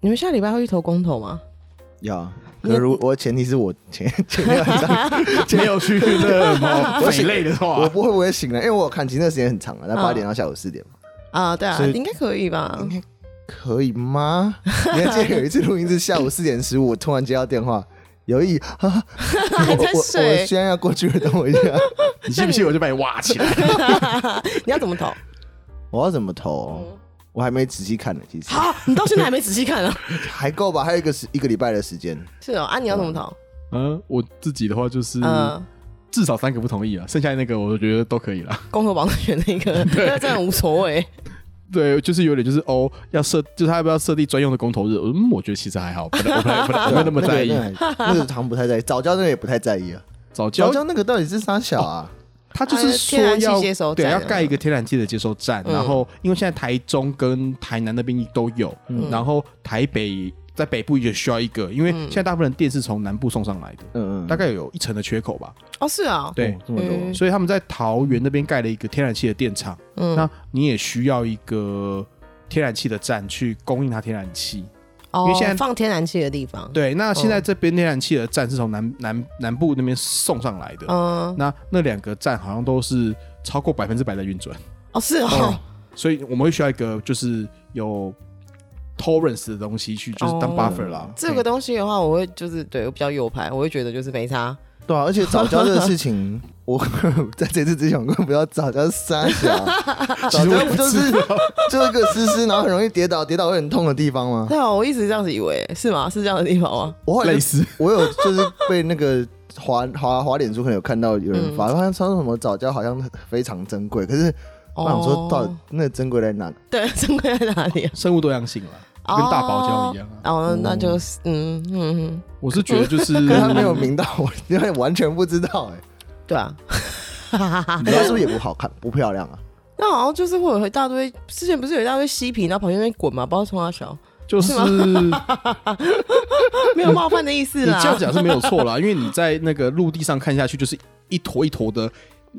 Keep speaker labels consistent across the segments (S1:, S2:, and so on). S1: 你们下礼拜会去投公投吗？
S2: 要，
S1: 你
S2: 可如我前提是我前 前面很长，
S3: 没有 去那么
S2: 我
S3: 匪类的话
S2: 我，不会不会醒来，因为我有看其实那个时间很长啊，那八点到下午四点
S3: 嗯
S2: 嘛，
S1: 啊，对啊，
S2: 所以
S1: 应该可以吧
S2: 应？该可以吗？ 你还记得有一次录音是下午四点十五，我突然接到电话，有意 啊，我
S1: 还在
S2: 我我
S1: 睡，
S2: 现在要过去了，等 我一下，
S3: 你 信不信我就把你挖起来？
S1: 你要怎么投？
S2: 我要怎么投？我还没仔细看呢，其实
S1: 嗯好，你到现在还没仔细看啊？
S2: 还够吧，还有一个时一个礼拜的时间。
S1: 是哦，啊，你要怎么投？
S3: 嗯，我自己的话就是
S1: 呃，
S3: 至少三个不同意啊，剩下那个我觉得都可以啦。
S1: 公投榜选那个，那真的无所谓。
S3: 对，就是有点就是哦，要设就是他要不要设立专用的公投日？嗯，我觉得其实还好，不太我不太不太不
S1: 啊
S3: 会那么在意。
S2: 那个那个唐不太在意，早教那个也不太在意啊。
S3: 早教
S2: 早教那个到底是啥小啊？
S3: 他就是说
S1: 呃天然
S3: 要
S1: 气接收站
S3: 对要盖一个天然气的接收站，
S1: 嗯
S3: 然后因为现在台中跟台南那边都有，
S1: 嗯
S3: 然后台北在北部也需要一个，因为现在大部分的电是从南部送上来的，
S2: 嗯嗯，
S3: 哦大概有一层的缺口吧。
S1: 哦，是啊，
S3: 对
S2: 哦，这么多，
S1: 嗯
S3: 所以他们在桃园那边盖了一个天然气的电厂，
S1: 嗯，
S3: 那你也需要一个天然气的站去供应它天然气。
S1: 哦，
S3: 因为现在
S1: 放天然气的地方，
S3: 对，那现在这边天然气的站是从南南南部那边送上来的，
S1: 嗯，
S3: 那那两个站好像都是超过百分之百的运转。
S1: 哦，是哦，
S3: 所以我们会需要一个就是有 torrents 的东西去，就是当
S1: 哦
S3: buffer 啦。
S1: 这个
S3: 东
S1: 东西的话，我会就是对我比较右派，我会觉得就是没差。
S2: 对啊，而且早教这个事情，我 在这次之前我根本不知道早教是啥小 啊，早教不就是 就一个湿湿，然后很容易跌倒，跌倒会很痛的地
S3: 哦
S2: 方吗？
S1: 对啊，我一直这样子以为，是吗？是这样的地方吗？
S2: 我好像
S3: 类似，
S2: 我有就是被那个滑滑滑脸书可能有看到有人发，好像说什么早教好像非常珍贵，可是我想说到底
S1: 哦
S2: 那珍贵在哪？
S1: 对， 珍贵在哪里啊？
S3: 生物多样性啦，跟大堡礁一样啊。
S1: 哦，那那就是，嗯嗯嗯，
S3: 我是觉得就是
S2: 可是他没有明到我，因为完全不知道哎，
S1: 对啊。
S2: 人家是不是也不好看，不漂亮啊？
S1: 那好像就是会有一大堆，之前不是有一大堆嬉皮，然后跑去那边滚嘛，不知道从哪 小，
S3: 就是
S1: 没有冒犯的意思
S3: 你
S1: 啦。
S3: 这样讲是没有错啦，因为你在那个陆地上看下去，就是一坨一坨的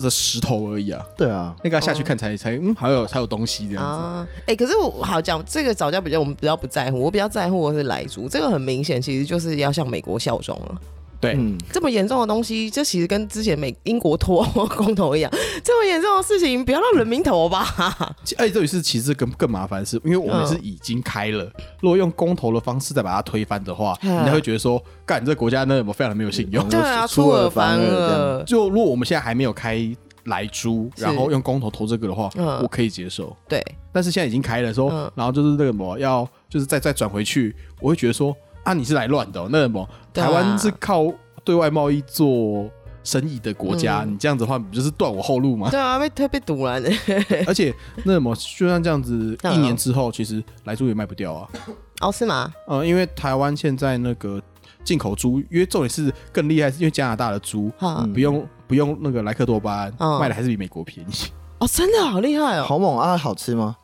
S3: 的石头而已啊。
S2: 对啊，
S3: 那个下去
S1: 哦
S3: 看才才嗯，还有才有东西这样子。
S1: 啊，哎、可是我好讲这个早教比较，我们比较不在乎，我比较在乎的是莱猪，这个很明显，其实就是要向美国效忠了。
S3: 对，
S2: 嗯，
S1: 这么严重的东西，这其实跟之前美英国脱欧 公投一样，这么严重的事情，不要让人民投 吧。
S3: 而且这里是其实更更麻烦的是，因为我
S1: 嗯
S3: 们是已经开了，如果用公投的方式再把它推翻的话，
S1: 嗯
S3: 人家会觉得说，干你这个国家那有没有非常的没有信用？
S1: 对啊，
S2: 嗯出
S1: 出
S2: 尔
S1: 尔
S2: 反
S1: 反
S2: 尔这
S1: 尔，
S3: 就如果我们现在还没有开来租，
S1: 是
S3: 然后用公投投这个的话，
S1: 嗯
S3: 我可以接受。
S1: 对，
S3: 但是现在已经开了说，
S1: 嗯
S3: 然后就是那个什么要，就是再再转回去，我会觉得说啊，你是来乱的、哦，那什么
S1: 对啊
S3: 台湾是靠对外贸易做生意的国家，
S1: 嗯
S3: 你这样子的话，你不就是断我后路吗？
S1: 对啊，被特别堵了呢。
S3: 而且那什么，就算这样子，
S1: 嗯
S3: 一年之后，其实来猪也卖不掉啊。
S1: 哦，是吗？
S3: 嗯，因为台湾现在那个进口猪，因为重点是更厉害，是因为加拿大的猪
S1: 哈、
S2: 嗯
S3: 不用不用那个莱克多巴胺，
S1: 嗯
S3: 卖的还是比美国便宜。
S1: 哦，真的好厉害
S2: 样，
S1: 哦。
S2: 好猛啊，好吃吗？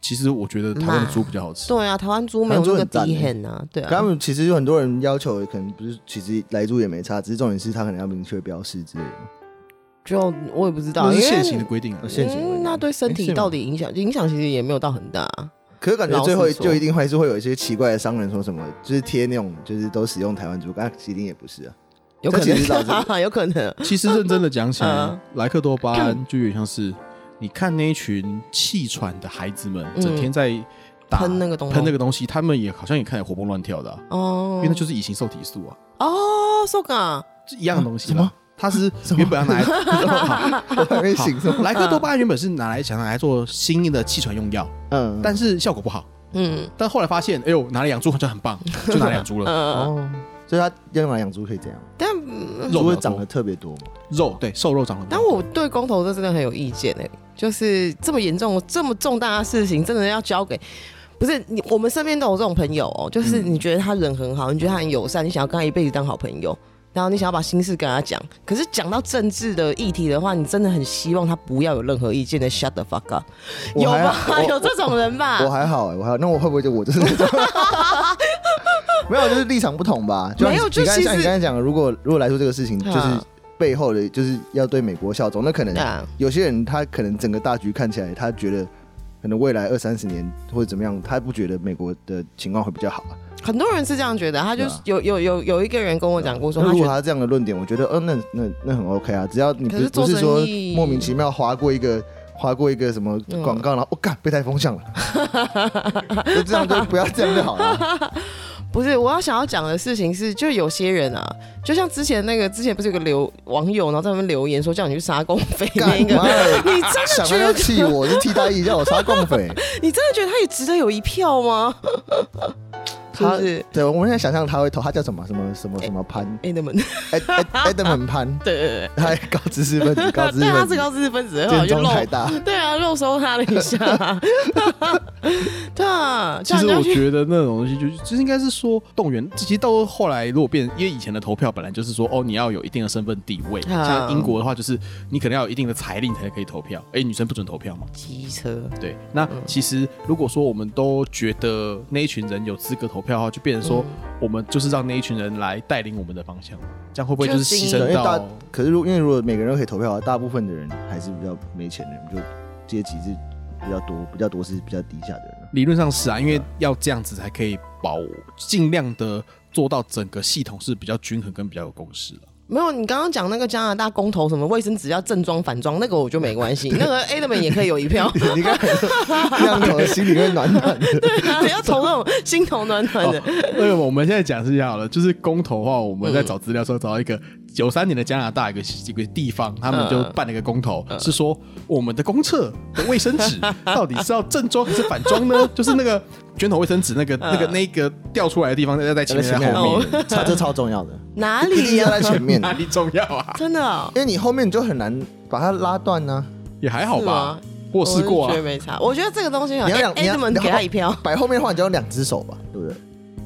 S3: 其实我觉得台湾的猪比较好吃。
S1: 对啊，台湾猪没有那个
S2: 台湾猪
S1: 低
S2: 很赞
S1: 很啊，对
S2: 他
S1: 啊，
S2: 们其实有很多人要求，可能不是，其实来住也没差，只是重点是他可能要明确标示之类的。
S1: 就我也不知道，
S3: 那
S1: 因
S3: 是
S1: 为
S3: 现行的规定啊
S2: 呃。现行
S1: 嗯，那对身
S2: 诶
S1: 体
S2: 是吗
S1: 到底影响影响其实也没有到很大啊。
S2: 可是感觉最
S1: 老
S2: 后
S1: 实说
S2: 就一定还是会有一些奇怪的商人说什么，就是贴那种就是都使用台湾猪，但其实一定也不是 啊。
S1: 有可
S2: 这其实导致
S1: 能， 有可能，
S3: 其实认真的讲起来
S1: 嗯，
S3: 莱克多巴胺就有点像是你看那一群气喘的孩子们，
S1: 嗯
S3: 整天在打
S1: 喷那个东
S3: 喷那
S1: 个
S3: 个东西，他们也好像也看起来活蹦乱跳的啊，
S1: 哦
S3: 因，为那就是乙型受体素啊，
S1: 哦，so ga，
S3: 是一样的东西
S2: 什么
S3: 嘛。它是原本要 拿来
S2: 我还没醒什
S3: 好，
S2: 么？
S3: 莱克多巴胺原本是拿来想拿来做新的气喘用药，
S2: 嗯，
S3: 但是效果不好。
S1: 嗯，
S3: 但后来发现，哎呦，拿来养猪好像很棒，就拿来 养猪了，
S1: 呃，
S2: 哦，所以他要用来养猪可以这样，
S1: 但
S3: 肉
S2: 猪
S3: 比
S2: 会
S3: 较
S2: 长
S3: 多
S2: 得特别多嘛？
S3: 肉对瘦肉长得多。
S1: 但我对公投这真的很有意见哎、就是这么严重、这么重大的事情，真的要交给。不是你，我们身边都有这种朋友哦，就是
S2: 嗯
S1: 你觉得他人很好，你觉得他很友善，你想要跟他一辈子当好朋友，然后你想要把心事跟他讲。可是讲到政治的议题的话，你真的很希望他不要有任何意见的，shut the fuck up，
S2: 我
S1: 有
S2: 还
S1: 吧？
S2: 我
S1: 有这种人吧？
S2: 我还好哎，我还好，那我会不会就 我就是那种？没有，就是立场不同吧。就像
S1: 没有
S2: 你
S1: 就
S2: 你刚
S1: 其
S2: 才像你
S1: 实
S2: 刚才讲的，如果如果来说这个事情，就是
S1: 啊
S2: 背后的就是要对美国效忠，那可能
S1: 对啊
S2: 有些人他可能整个大局看起来，他觉得可能未来二三十年或者怎么样，他不觉得美国的情况会比较好啊。
S1: 很多人是这样觉得，他就是有有有有一个人跟我讲过说，
S2: 那
S1: 他
S2: 如
S1: 觉
S2: 果
S1: 得
S2: 他这样的论点，我觉得，嗯、那那那很 OK 啊，只要你
S1: 可
S2: 不
S1: 是做
S2: 不是说
S1: 生意
S2: 莫名其妙划过一个划过一个什么广告，然后我哦干、被台 风向了，就这样就不要这样就 好了。
S1: 不是我要想要讲的事情是，就有些人啊，就像之前那个之前不是有个留网友，然后在那边留言说叫你去杀公费那
S2: 干
S1: 个，
S2: 嘛？
S1: 你真的
S2: 想
S1: 觉
S2: 到要
S1: 得
S2: 气我，就替他一叫我杀 共匪。
S1: 你真的觉得他也值得有一票吗？是不
S2: 他
S1: 是哎
S2: 对，我们现在想象他会投，他叫什么什么什么哎什么潘
S1: a d a 对
S2: ，Ed Ed Edmund 潘，
S1: 对
S2: 他也哎高知识分子，高知
S1: 对，
S2: 识
S1: 他
S2: 分
S1: 是
S2: 子，
S1: 高知识分子，然后
S2: 建
S1: 就
S2: 中
S1: 漏
S2: 台大，
S1: 对啊，肉搜他了一下， 对啊，
S3: 其
S1: 叫
S3: 实
S1: 人家
S3: 我
S1: 去
S3: 觉得那种东西就就是应该是说动员，其实到后来如果变，因为以前的投票本来就是说哦你要有一定的身份地位，
S1: 啊
S3: 像英国的话就是你可能要有一定的财力你才可以投票，哎女生不准投票嘛，
S1: 机车，
S3: 对。那
S1: 嗯
S3: 其实如果说我们都觉得那一群人有资格投票的话，就变成说
S1: 嗯
S3: 我们就是让那一群人来带领我们的方向，这样会不会就是牺
S1: 就是
S2: 对因
S3: 牲
S2: 为大
S3: 到？，
S2: 可是如因为如果每个人都可以投票的话，大部分的人还是比较没钱的人，就阶级是比较多，比较多是比较低下的 人啊。
S3: 理论上是啊，因为要这样子才可以保尽量的做到整个系统是比较均衡跟比较有共识了。
S1: 没有，你刚刚讲那个加拿大公投什么卫生纸要正装反装，那个我就没关系，那个 A 的们也可以有一 票，
S2: 你看，这样投心里会暖暖 的。
S1: 对啊，要投那种心头暖暖
S2: 哦
S1: 的，
S3: 那哦我们现在讲是这样好了，就是公投的话，我们在
S1: 嗯
S3: 找资料的时候找到一个九三年的加拿大一个一个地方，他们
S1: 嗯
S3: 就办了一个公投，是说我们的公厕的卫生纸 到底是要正装还是反装呢？就是那个卷筒卫生纸那
S1: 嗯
S3: 个那个那个掉出来的地方要在前面还是后面，
S2: 它这超重要的，
S1: 哪
S2: 一定
S1: 里啊
S2: 要
S1: 呀、
S2: 在前面，
S3: 哪里重要啊？
S1: 真的啊、
S2: 因为你后面你就很难把它拉断啊呢。
S3: 也还好
S1: 是
S3: 吧
S1: 吗，
S3: 我试过
S1: 我
S3: 啊
S1: 觉得，没差，我觉得这个东西啊
S2: 你要两
S1: A 的们
S2: 你要
S1: 给他一票，
S2: 摆后面的话，你就要两只手吧，对不对？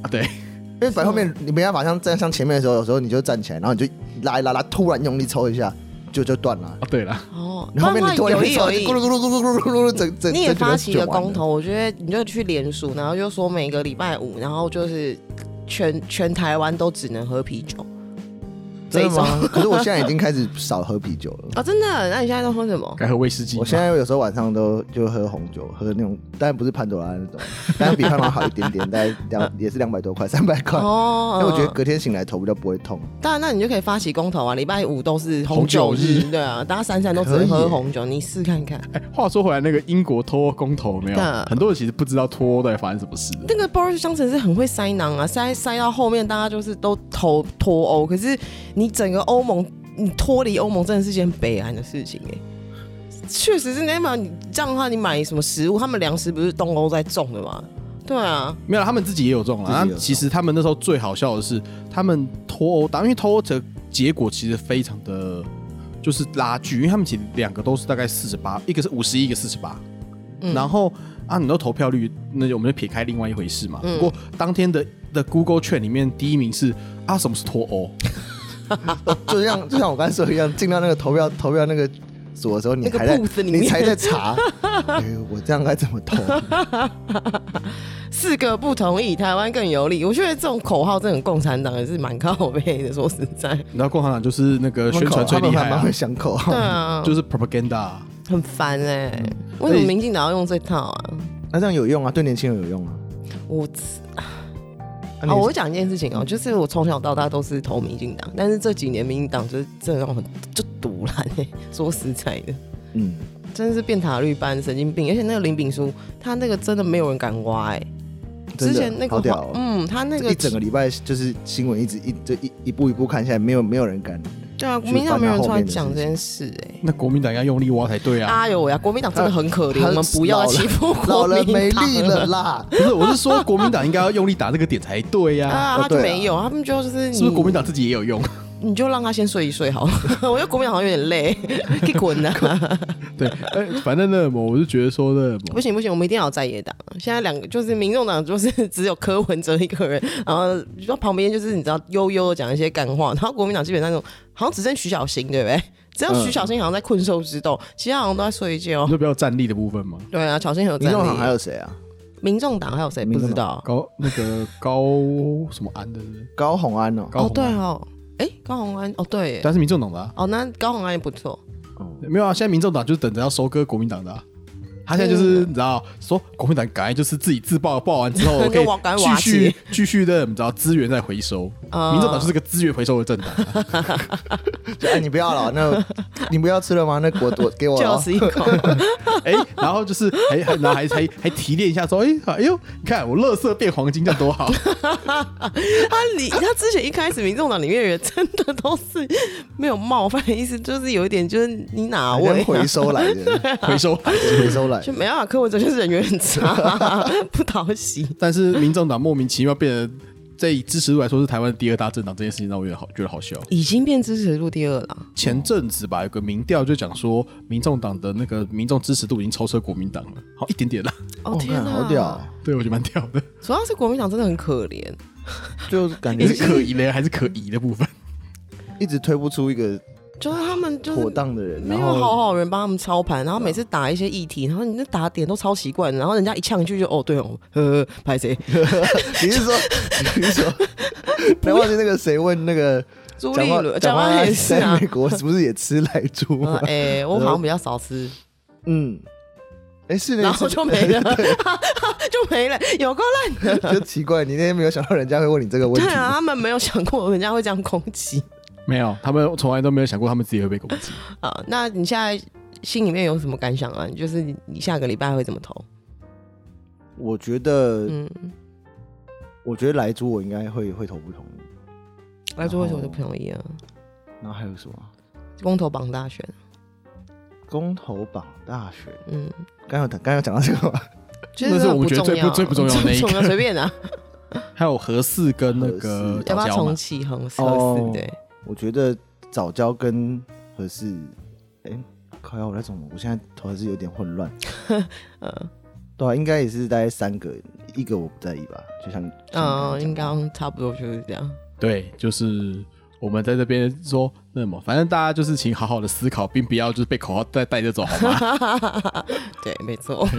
S3: 啊对，
S2: 因为摆后
S1: 哦
S2: 面你没办法像站像前面的时候，有时候你就站起来，然后你就拉一拉拉，突然用力抽一下，就就断了。
S3: 啊对了，
S1: 哦，
S2: 你后面你
S1: 不
S2: 突
S1: 然
S2: 然
S1: 的
S2: 用
S1: 话有
S2: 力抽，
S1: 意
S2: 咕
S1: 有
S2: 噜
S1: 意。
S2: 咕噜咕噜咕噜咕噜，整整
S1: 你也
S2: 整个
S1: 发起一
S2: 卷
S1: 个
S2: 完了
S1: 公投，我觉得你就去联署，然后就说每个礼拜五，然后就是全全台湾都只能喝啤酒这
S2: 真
S1: 一
S2: 的
S1: 种
S2: 吗？ 可是我现在已经开始少喝啤酒了。
S1: 啊、真的？那你现在都喝什么？
S3: 该喝威士忌吗。
S2: 我现在有时候晚上都就喝红酒，喝那种，当然不是潘多拉那种， 但是比潘多拉好一点点，大概两也是两百多块，三百块。
S1: 哦，
S2: 但我觉得
S1: 嗯
S2: 隔天醒来头比较不会痛。
S1: 当然，那你就可以发起公投啊！礼拜五都是
S3: 红
S1: 酒
S3: 酒日
S1: 对啊，大家闪闪都只能
S2: 可以耶
S1: 喝红酒，你试看看。
S3: 哎，话说回来，那个英国脱欧公投有没有
S1: 嗯，
S3: 很多人其实不知道脱欧到底发生什么事。
S1: 那个 Boris Johnson 是很会塞囊啊，塞塞到后面大家就是都投脱欧，可是你整个欧盟，你脱离欧盟真的是件悲哀的事情哎、确实是那嘛，你这样的话，你买什么食物？他们粮食不是东欧在种的吗？对啊，
S3: 没有啦，他们自己也有中了。
S2: 自己也有
S3: 那
S2: 中
S3: 其实他们那时候最好笑的是，他们脱欧打，因为脱欧的结果其实非常的就是拉锯，因为他们其实两个都是大概四十八，一个是五十一，一个四十八。
S2: 嗯
S3: 然后啊，你都投票率，那就我们就撇开另外一回事嘛。
S2: 嗯
S3: 不过当天的的 Google 券里面第一名是啊，什么是脱欧？
S2: 就像就像我刚才说的一样，进到那个投票投票那个所的时候，你
S1: 那个
S2: 还在
S1: booth 里面
S2: 你才在查， 哎呦我这样该怎么 投？
S1: 四个不同意，台湾更有利。我觉得这种口号，这种共产党也是蛮靠背的。说实在，
S3: 你知道共产党就是那个宣传最
S2: 哦他们
S3: 厉害
S2: 还蛮
S3: 啊
S2: 会，想口号
S1: 对。啊，
S3: 就是嗯 propaganda。
S1: 很烦哎、为什么民进党要用这套啊？
S2: 那这样有用啊，对年轻人有用啊。
S1: 我
S2: 啊
S1: 哦，
S2: 你
S1: 我讲一件事情哦，就是我从小到大都是投民进党，但是这几年民进党就是真的让我很就堵烂哎、说实在的，
S2: 嗯，
S1: 真的是变塔绿班神经病，而且那个林炳书他那个真的没有人敢挖哎、
S2: 真
S1: 之
S2: 的
S1: 前那个
S2: 好屌
S1: 话
S2: 哦
S1: 嗯，他那
S2: 这
S1: 个
S2: 一整个礼拜就是新闻一直一这一一步一步看下来，没有没有人敢。
S1: 对啊，
S2: 去
S1: 国民党没有人
S2: 翻
S1: 出
S2: 他
S1: 来
S2: 后面的
S1: 讲这
S2: 事情
S1: 件事哎、
S3: 那国民党要用力挖才对啊！
S1: 哎呦喂啊，国民党真的很可怜，
S2: 他
S1: 我们不要再欺负
S2: 老
S1: 国
S2: 了没
S1: 民党
S2: 力了啦，
S3: 不是，我是说国民党应该要用力打这个点才对 呀、
S1: 啊，
S2: 哦
S1: 他就
S2: 对啊
S1: 没有，他们就是你
S3: 是不是国民党自己也有用？
S1: 你就让他先睡一睡好了， 我觉得国民党好像有点累， 可以滚啊。
S3: 对，哎、反正那么，我就觉得说那
S1: 不
S3: 么，
S1: 行不行，我们一定要有在野党。现在两个就是民众党，就是只有柯文哲一个人，然后你说旁边就是你知道悠悠地讲一些干话，然后国民党基本上那种好像只剩徐小新，对不对？只有
S2: 嗯
S1: 徐小新好像在困兽之斗，其他好像都在睡觉
S3: 你。说比较战力的部分嘛，
S1: 对啊，小新很有
S2: 民
S1: 战
S2: 众党还
S1: 力。
S2: 有谁啊？
S1: 民众党还有谁不
S2: 民
S1: 知
S2: 众
S1: 道？
S3: 高那个高什么安的，是不是
S2: 高虹安哦，
S3: 高
S1: 哦，
S3: 鸿
S1: 对
S3: 安，
S1: 哦，哎，高鸿安，哦对耶，
S3: 但是民众党的、啊，
S1: 哦那高鸿安也不错。
S3: 没有啊，现在民众党就是等着要收割国民党的、啊，他现在就是你知道，说国民党赶快就是自己自爆，爆完之 后可以
S1: 我赶快
S3: 继
S1: 瓦
S3: 续
S1: 解
S3: 继续的，你知道资源再回收。
S1: 哦
S3: 民众党就是个资源回收的政党啊，
S2: 就哎，你不要了，那 你不要吃了吗？那果多给我
S1: 就
S2: 咯
S1: 是一口，
S3: 哎，然后就是还还然后还还还提炼一下说，哎哎呦，你看我乐色变黄金，这 样多好。
S1: 他里他之前一开始民众党里面的人真的都是没有冒犯的意思，就是有一点就是你哪
S2: 好像
S1: 位、啊
S2: 哦回。收来的，
S3: 回收。
S2: 回收 来
S1: 就没啊办法，柯文哲就是人缘很差， 不讨喜。
S3: 但是民众党莫名其妙变得，在以支持度来说是台湾第二大政党，这件事情让我有点好觉得好笑。
S1: 已经变支持度第二了，
S3: 前阵子吧，有个民调就讲说，民众党的那个民众支持度已经超车国民党了，好一点点了。
S1: 哦天
S2: 看
S1: 哪，
S2: 好屌！， 啊
S3: 对，我觉得蛮屌的，
S1: 主要是国民党真的很可怜，
S2: 就感
S3: 你
S2: 觉
S3: 是可疑的还是可疑的部分？
S2: 一直推不出一个
S1: 就是他们就是
S2: 妥当的人，
S1: 没
S2: 然
S1: 有好
S2: 后
S1: 好人帮他们操盘，然后每次打一些议题，然后你那打点都超奇怪的，然后人家一呛一句就哦对哦，呵呵，拍谁？
S2: 你是说你是说，难忘记那个谁问那个
S1: 朱
S2: 讲
S1: 立
S2: 话
S1: 伦，讲
S2: 讲话
S1: 话也是
S2: 在
S1: 啊
S2: 美。国是不是也吃 来猪
S1: 嗯
S2: 吗？
S1: 哎、我好像比较少吃，
S2: 嗯，哎是那
S1: 然
S2: 一次
S1: 后就没 了， 就没了，有够烂的。
S2: 就奇怪，你那天没有想到人家会问你这个问
S1: 对
S2: 题，
S1: 啊，他们没有想过人家会这样攻击
S3: 没有，他们从来都没有想过他们自己会被攻击。
S1: 啊。那你现在心里面有什么感想啊？就是你你下个礼拜会怎么投？
S2: 我觉得，
S1: 嗯，
S2: 我觉得莱猪我应该会会投不同意。
S1: 来做为什么就不同意啊？
S2: 然后还有什么
S1: 公投榜大选，
S2: 公投榜大选？
S1: 嗯，
S2: 刚有刚有讲到这个吗？
S1: 其
S3: 那
S1: 实
S3: 是
S1: 这个
S3: 我觉得最
S1: 重要啊
S3: 不最不重要的那一个
S1: 最重要随便啊，
S3: 还有何四跟那
S2: 核
S3: 个
S2: 四
S1: 要不要
S3: 早教
S1: 重
S3: 嘛，
S1: 启横四
S2: 哦
S1: 对？
S2: 我觉得早教跟合适，哎、靠呀，我在怎么？我现在头还是有点混乱。
S1: 嗯
S2: 对啊，应该也是大概三个，一个我不在意吧，就像
S1: 嗯，应该差不多就是这样。
S3: 对，就是我们在这边说那么，反正大家就是请好好的思考，并不要就是被口号带带着走，好吗？
S1: 对，没错。